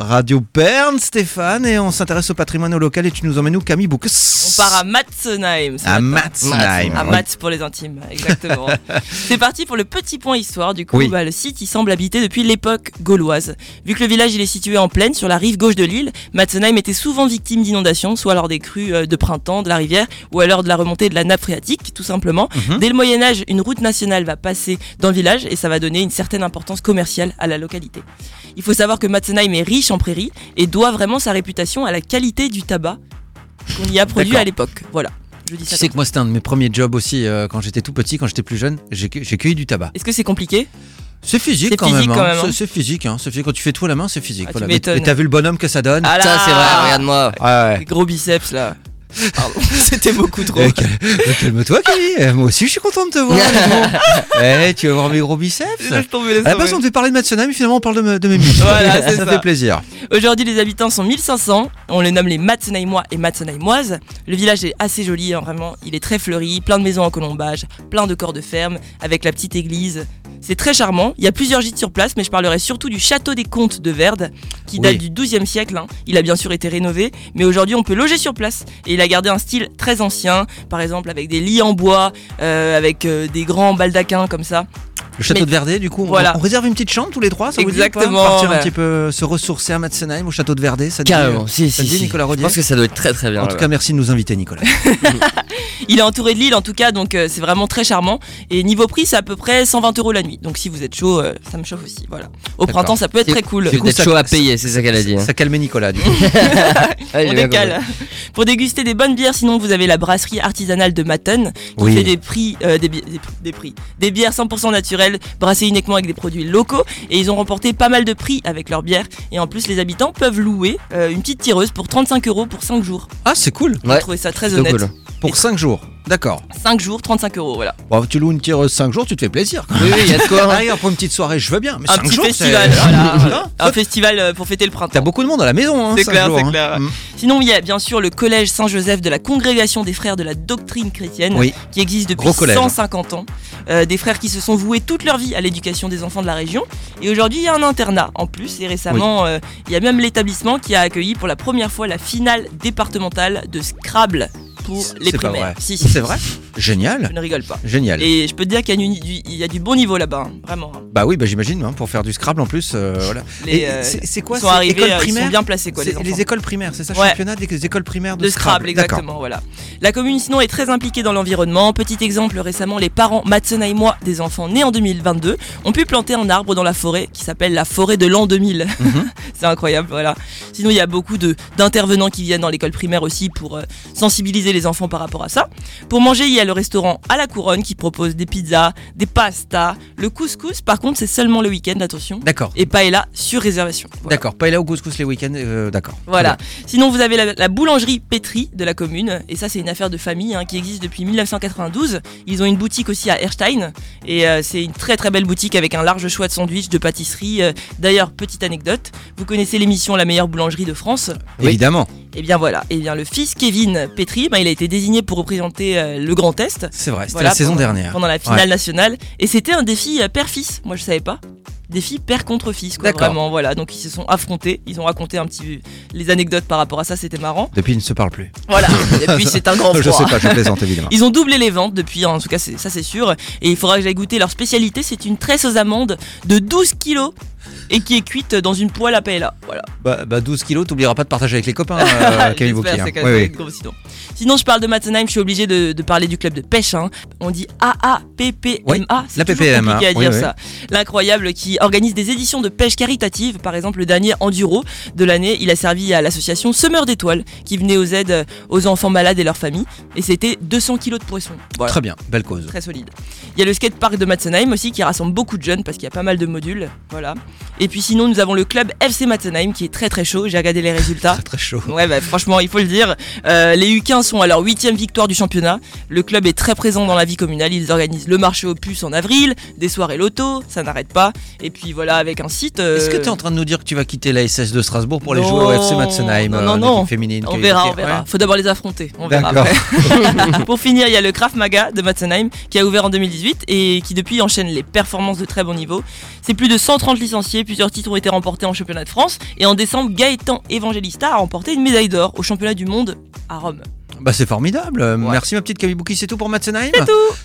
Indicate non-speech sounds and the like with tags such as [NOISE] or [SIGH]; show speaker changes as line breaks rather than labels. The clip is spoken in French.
Radio Berne, Stéphane, et on s'intéresse au patrimoine local et tu nous emmènes où, Camille Boucus
On part à Matzenheim. ce
À
matin.
Matzenheim.
À Matz Ah, pour les intimes,
[LAUGHS]
exactement. C'est parti pour le petit point histoire. Du coup,
Oui.
bah, le site il semble habité depuis l'époque gauloise. Vu que le village il est situé en plaine sur la rive gauche de l'île, Matzenheim était souvent victime d'inondations, soit lors des crues euh, de printemps de la rivière, ou alors de la remontée de la nappe phréatique, tout simplement.
Mhm.
Dès le Moyen Âge, une route nationale va passer dans le village et ça va donner une certaine importance commerciale à la localité. Il faut savoir que Matzenheim est riche en prairies et doit vraiment sa réputation à la qualité du tabac qu'on y a produit
D'accord.
à l'époque. Voilà. Je dis
Tu
ça.
sais
comme
que moi, c'était un de mes premiers jobs aussi euh, quand j'étais tout petit, quand j'étais plus jeune. J'ai cu- j'ai cueilli du tabac.
ça. Est-ce que c'est compliqué
C'est physique,
C'est
quand,
physique
même,
quand
hein.
même, hein.
C'est- C'est physique, hein. C'est physique. Quand tu fais tout à la main, c'est physique.
Ah, tu
voilà. Mais-
m'étonnes.
Mais t'as vu le bonhomme que ça donne Ah,
Ah là
Putain, c'est vrai, regarde-moi.
Ouais.
Les Gros biceps là. Pardon, [LAUGHS] c'était beaucoup trop.
Eh, cal- [LAUGHS] eh, Calme-toi, Kelly. Eh, Moi aussi, je suis content de te
[LAUGHS]
voir. dis donc. Eh, tu vas voir mes gros biceps.
Laisse tomber, laisse
À la
tomber.
base, on devait parler de Matsunaï, mais finalement, on parle de, me- de mes muscles.
Voilà, c'est
ça,
ça.
fait plaisir.
Aujourd'hui, les habitants sont 1500. On les nomme les Matzenheimois et Matzenheimoises. Le village est assez joli, hein, vraiment. Il est très fleuri, plein de maisons en colombage, plein de corps de ferme, avec la petite église. C'est très charmant. Il y a plusieurs gîtes sur place, mais je parlerai surtout du château des comtes de Verde, qui date
Oui.
du XIIe siècle. hein. Il a bien sûr été rénové, mais aujourd'hui, on peut loger sur place. Et il a gardé un style très ancien, par exemple avec des lits en bois, euh, avec euh, des grands baldaquins comme ça.
Le château
Mais-
de Verdet, du coup, on-
Voilà.
on, réserve une petite chambre tous les trois, ça vous dit ou
Exactement,
pas Partir un
ouais.
petit peu euh, se ressourcer à Matsenheim au château de Verdet, ça te dit,
Carrément,
euh,
si,
ça
si,
te dit,
si.
Nicolas
Je
Rodier
pense que ça doit être très très bien.
En tout
là-bas.
cas, merci de nous inviter, Nicolas.
Il est entouré de l'île en tout cas, donc euh, c'est vraiment très charmant. Et niveau prix, c'est à peu près 120 euros la nuit. Donc si vous êtes chaud, euh, ça me chauffe aussi. Voilà. Au
D'accord.
printemps, ça peut être
C'est-
très cool.
c'est
coup,
d'être
ça-
chaud à payer, c'est ça qu'elle a dit. hein.
Ça calmait Nicolas, du coup.
Ouais,
[LAUGHS] On
j'ai bien
décale. [LAUGHS] Pour déguster des bonnes bières, sinon vous avez la brasserie artisanale de Matten qui
Oui.
fait des prix, euh, des, bi- des pr- des prix, des bières 100% naturelles, brassées uniquement avec des produits locaux. Et ils ont remporté pas mal de prix avec leurs bières. Et en plus, les habitants peuvent louer euh, une petite tireuse pour 35 euros pour 5 jours.
[LAUGHS] Ah, c'est cool.
J'ai
Ouais.
trouvé ça très
compris.
honnête.
Plutôt cool.
Pour 5 jours. D'accord.
5 jours, 35 euros, voilà.
Bon, tu loues une tireuse 5 jours, tu te fais plaisir. quoi.
Oui, oui, il y a de
[LAUGHS]
quoi. hein.
D'ailleurs, pour une petite soirée, je veux bien. Mais
Un
5
petit
jours,
festival,
c'est-
voilà.
[LAUGHS] Hein
Un festival euh, pour fêter le printemps.
T'as beaucoup de monde à la maison, hein,
C'est
cinq
clair,
jours,
c'est
hein.
clair.
Mm.
Sinon, il y a bien sûr le collège Saint-Joseph de la Congrégation des Frères de la Doctrine chrétienne,
Oui.
qui existe depuis
Gros collège. hein.
150 ans. Euh, des frères qui se sont voués toute leur vie à l'éducation des enfants de la région. Et aujourd'hui, il y a un internat en plus. Et récemment, euh, il y a même l'établissement qui a accueilli pour la première fois la finale départementale de Scrabble pour
Mm. C'est
les
pas
primaires.
vrai.
Si, si,
C'est
si,
vrai
si,
Génial.
Je ne rigole pas.
Génial.
Et je peux te dire qu'il y, a une- du- il y a du bon niveau là-bas, hein, vraiment. hein.
Bah oui, bah j'imagine, hein, pour faire du Scrabble en plus. euh, voilà.
Les,
Et
euh,
c'est c'est
ils
quoi
sont
c'est
arrivés,
école
euh, ils sont
primaire
bien placés quoi, les
C'est
enfants.
les écoles primaires, c'est ça,
Ouais.
championnat des des écoles primaires de,
de Scrabble,
D'accord.
exactement. Voilà. La commune sinon est très impliquée dans l'environnement. Petit exemple récemment, les parents Matsena et moi des enfants nés en 2022 ont pu planter un arbre dans la forêt qui s'appelle la forêt de l'an 2000.
Mhm.
[LAUGHS] C'est incroyable, voilà. Sinon, il y a beaucoup de d'intervenants qui viennent dans l'école primaire aussi pour euh, sensibiliser les enfants par rapport à ça. Pour manger, il y a le restaurant à la couronne qui propose des pizzas, des pastas, le couscous. Par contre, c'est seulement le week-end, attention.
D'accord.
Et paella sur réservation. Voilà.
D'accord, pas là au couscous les week-ends, euh, d'accord.
Voilà. Sinon, vous avez la, la boulangerie Pétri de la commune. Et ça, c'est une affaire de famille hein, qui existe depuis 1992. Ils ont une boutique aussi à Erstein. Et euh, c'est une très très belle boutique avec un large choix de sandwichs, de pâtisseries. Euh, D'ailleurs, petite anecdote, vous connaissez l'émission La meilleure boulangerie de France
Très bien. Évidemment,
Et bien voilà. Et bien le fils Kevin Pétri, ben, il a été désigné pour représenter euh, le Grand Est
c'est vrai, c'était
Voilà,
la saison
pendant-
dernière.
pendant la finale nationale. Et c'était un défi euh, père-fils. Moi, je savais pas. Défi père contre fils, quoi.
D'accord.
Vraiment, voilà. Donc, ils se sont affrontés. Ils ont raconté un petit. les anecdotes par rapport à ça. C'était marrant.
Depuis, ils ne se parlent plus. [LAUGHS]
Voilà. Et puis, c'est un grand
je sais
froid.
pas, je plaisante évidemment.
[LAUGHS] Ils ont doublé les ventes depuis, hein, en tout cas, c'est- ça c'est sûr. Et il faudra que j'aille goûter leur spécialité. C'est une tresse aux amandes de 12 kilos et qui est cuite dans une poêle à paella. Voilà.
Bah, bah, 12 kilos, t'oublieras pas de partager avec les copains, euh, Camille
[LAUGHS] J'espère,
Bouquier. hein.
c'est quand
Oui,
même
oui.
gros, sinon. Sinon, je parle de Matzenheim, je suis obligé de, de parler du club de pêche. hein. On dit
Oui,
AAPPMA. c'est
la
toujours
PPMA,
compliqué à
oui,
dire
oui.
ça. L'incroyable qui organise des éditions de pêche caritative. Par exemple, le dernier Enduro de l'année, il a servi à l'association Semeur d'étoiles qui venait aux aides euh, aux enfants malades et leurs familles. Et c'était 200 kilos de poissons. Voilà.
Très bien, belle cause.
Très solide. Il y a le skatepark de Matzenheim aussi qui rassemble beaucoup de jeunes parce qu'il y a pas mal de modules. Voilà. Et puis sinon, nous avons le club FC Matzenheim qui est très très chaud. J'ai regardé
[LAUGHS]
les résultats.
Très chaud.
Ouais, bah, franchement, il faut le dire. Euh, les U15 sont à leur huitième victoire du championnat. Le club est très présent dans la vie communale. Ils organisent le marché aux puces en avril, des soirées loto, ça n'arrête pas. Et puis voilà, avec un site. euh,
Est-ce que t'es en train de nous dire que tu vas quitter la SS de Strasbourg pour aller
Non,
jouer au FC Matzenheim,
non,
euh,
non,
en
non.
équipe féminine
On
qui-
verra,
qui-
on verra.
ouais.
Faut d'abord les affronter. On verra
D'accord.
après. [LAUGHS] Pour finir, il y a le Krav Maga de Matzenheim qui a ouvert en 2018 et qui depuis enchaîne les performances de très bon niveau. C'est plus de 130 licenciés licenciés, plusieurs titres ont été remportés en championnat de France. Et en décembre, Gaëtan Evangelista a remporté une médaille d'or au championnat du monde à Rome.
Bah c'est formidable.
[LAUGHS]
Ouais.
Merci ma petite Camille Bouki, c'est tout pour Matsenheim.
C'est tout